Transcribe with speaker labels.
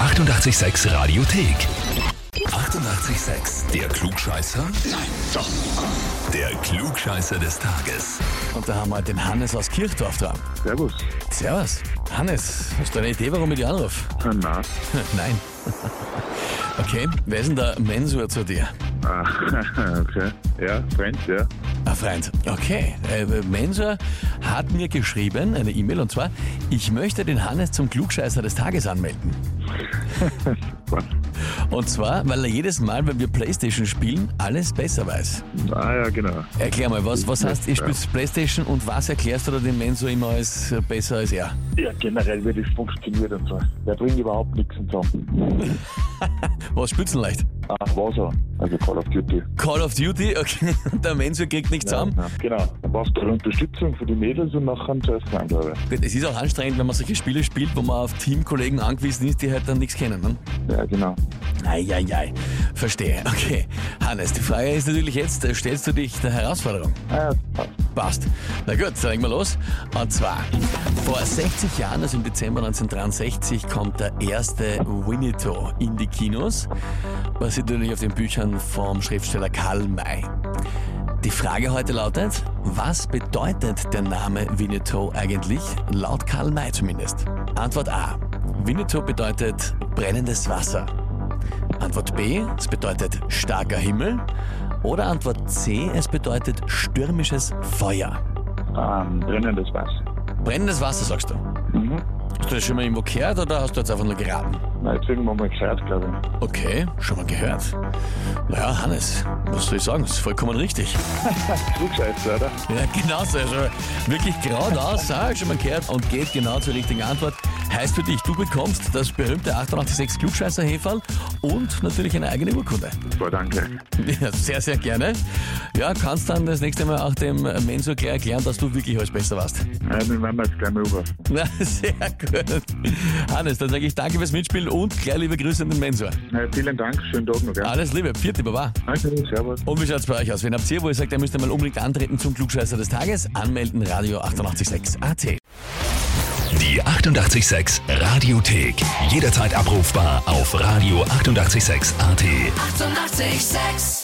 Speaker 1: 886 Radiothek. 88,6. Der Klugscheißer? Nein, doch. Der Klugscheißer des Tages.
Speaker 2: Und da haben wir den Hannes aus Kirchdorf dran.
Speaker 3: Servus.
Speaker 2: Servus. Hannes, hast du eine Idee, warum ich dich anrufe?
Speaker 3: Ah, na,
Speaker 2: Nein. Okay, wer ist denn der Mensur zu dir?
Speaker 3: ah, okay. Ja, French, ja.
Speaker 2: Ein Freund. Okay, äh, Mensur hat mir geschrieben, eine E-Mail, und zwar, ich möchte den Hannes zum Klugscheißer des Tages anmelden. Und zwar, weil er jedes Mal, wenn wir Playstation spielen, alles besser weiß.
Speaker 3: Ah, ja, genau.
Speaker 2: Erklär mal, was, was heißt, ihr spielt Playstation und was erklärst du da dem Mensur immer als äh, besser als er?
Speaker 4: Ja, generell, wie das funktioniert und so. Der bringt überhaupt nichts und so.
Speaker 2: Was spitzenleicht?
Speaker 4: Ah, war so. Also Call of Duty.
Speaker 2: Call of Duty, okay, der Mensur kriegt nichts
Speaker 4: Ja,
Speaker 2: zusammen.
Speaker 4: ja. Genau. Dann brauchst du eine Unterstützung für die Mädels und nachher zuerst rein, glaube ich.
Speaker 2: Gut, Es ist auch anstrengend, wenn man solche Spiele spielt, wo man auf Teamkollegen angewiesen ist, die halt dann nichts kennen. Ne?
Speaker 4: Ja, genau.
Speaker 2: Eieiei, verstehe. Okay, Hannes, die Frage ist natürlich jetzt, äh, stellst du dich der Herausforderung?
Speaker 4: Ah, ja, passt.
Speaker 2: Passt. Na gut, dann legen wir los. Und zwar, vor 60 Jahren, also im Dezember 1963, kommt der erste Winnetou in die Kinos. Basiert natürlich auf den Büchern vom Schriftsteller Karl May. Die Frage heute lautet, was bedeutet der Name Winnetou eigentlich? Laut Karl May zumindest. Antwort A. Winnetou bedeutet brennendes Wasser. Antwort B, es bedeutet starker Himmel. Oder Antwort C, es bedeutet stürmisches Feuer.
Speaker 4: Ähm, drinnen das war's.
Speaker 2: Brennendes Wasser, sagst du.
Speaker 4: Mhm.
Speaker 2: Hast du das schon mal irgendwo gehört oder hast du jetzt einfach nur geraten?
Speaker 4: Na, jetzt irgendwann mal gescheit, glaube ich.
Speaker 2: Okay, schon mal gehört. Naja, Hannes, was soll ich sagen? Das ist vollkommen richtig.
Speaker 4: Klugscheißer, oder?
Speaker 2: Ja, genau so. Also wirklich geradeaus, ah, schon mal gehört und geht genau zur richtigen Antwort. Heißt für dich, du bekommst das berühmte 886 klugscheißer heferl und natürlich eine eigene Urkunde.
Speaker 3: Voll danke.
Speaker 2: Ja, sehr, sehr gerne. Ja, kannst dann das nächste Mal auch dem Mensur gleich erklären, dass du wirklich alles besser warst.
Speaker 3: Ja, den werden wir jetzt gleich mal über.
Speaker 2: Na, sehr gut. Hannes, dann sage ich danke fürs Mitspielen und gleich liebe Grüße an den Mensur.
Speaker 3: Ja, vielen Dank, schönen Tag noch. Ja.
Speaker 2: Alles Liebe, vierte Baba.
Speaker 3: Danke, servus.
Speaker 2: Und wie schaut's bei euch aus? Wenn habt ihr, wo ihr sagt, ihr müsst einmal unbedingt antreten zum Klugscheißer des Tages, anmelden Radio 886 AT.
Speaker 1: Die 88,6 Radiothek. Jederzeit abrufbar auf radio886.at. 88,6.
Speaker 5: Eighty-eight, sex.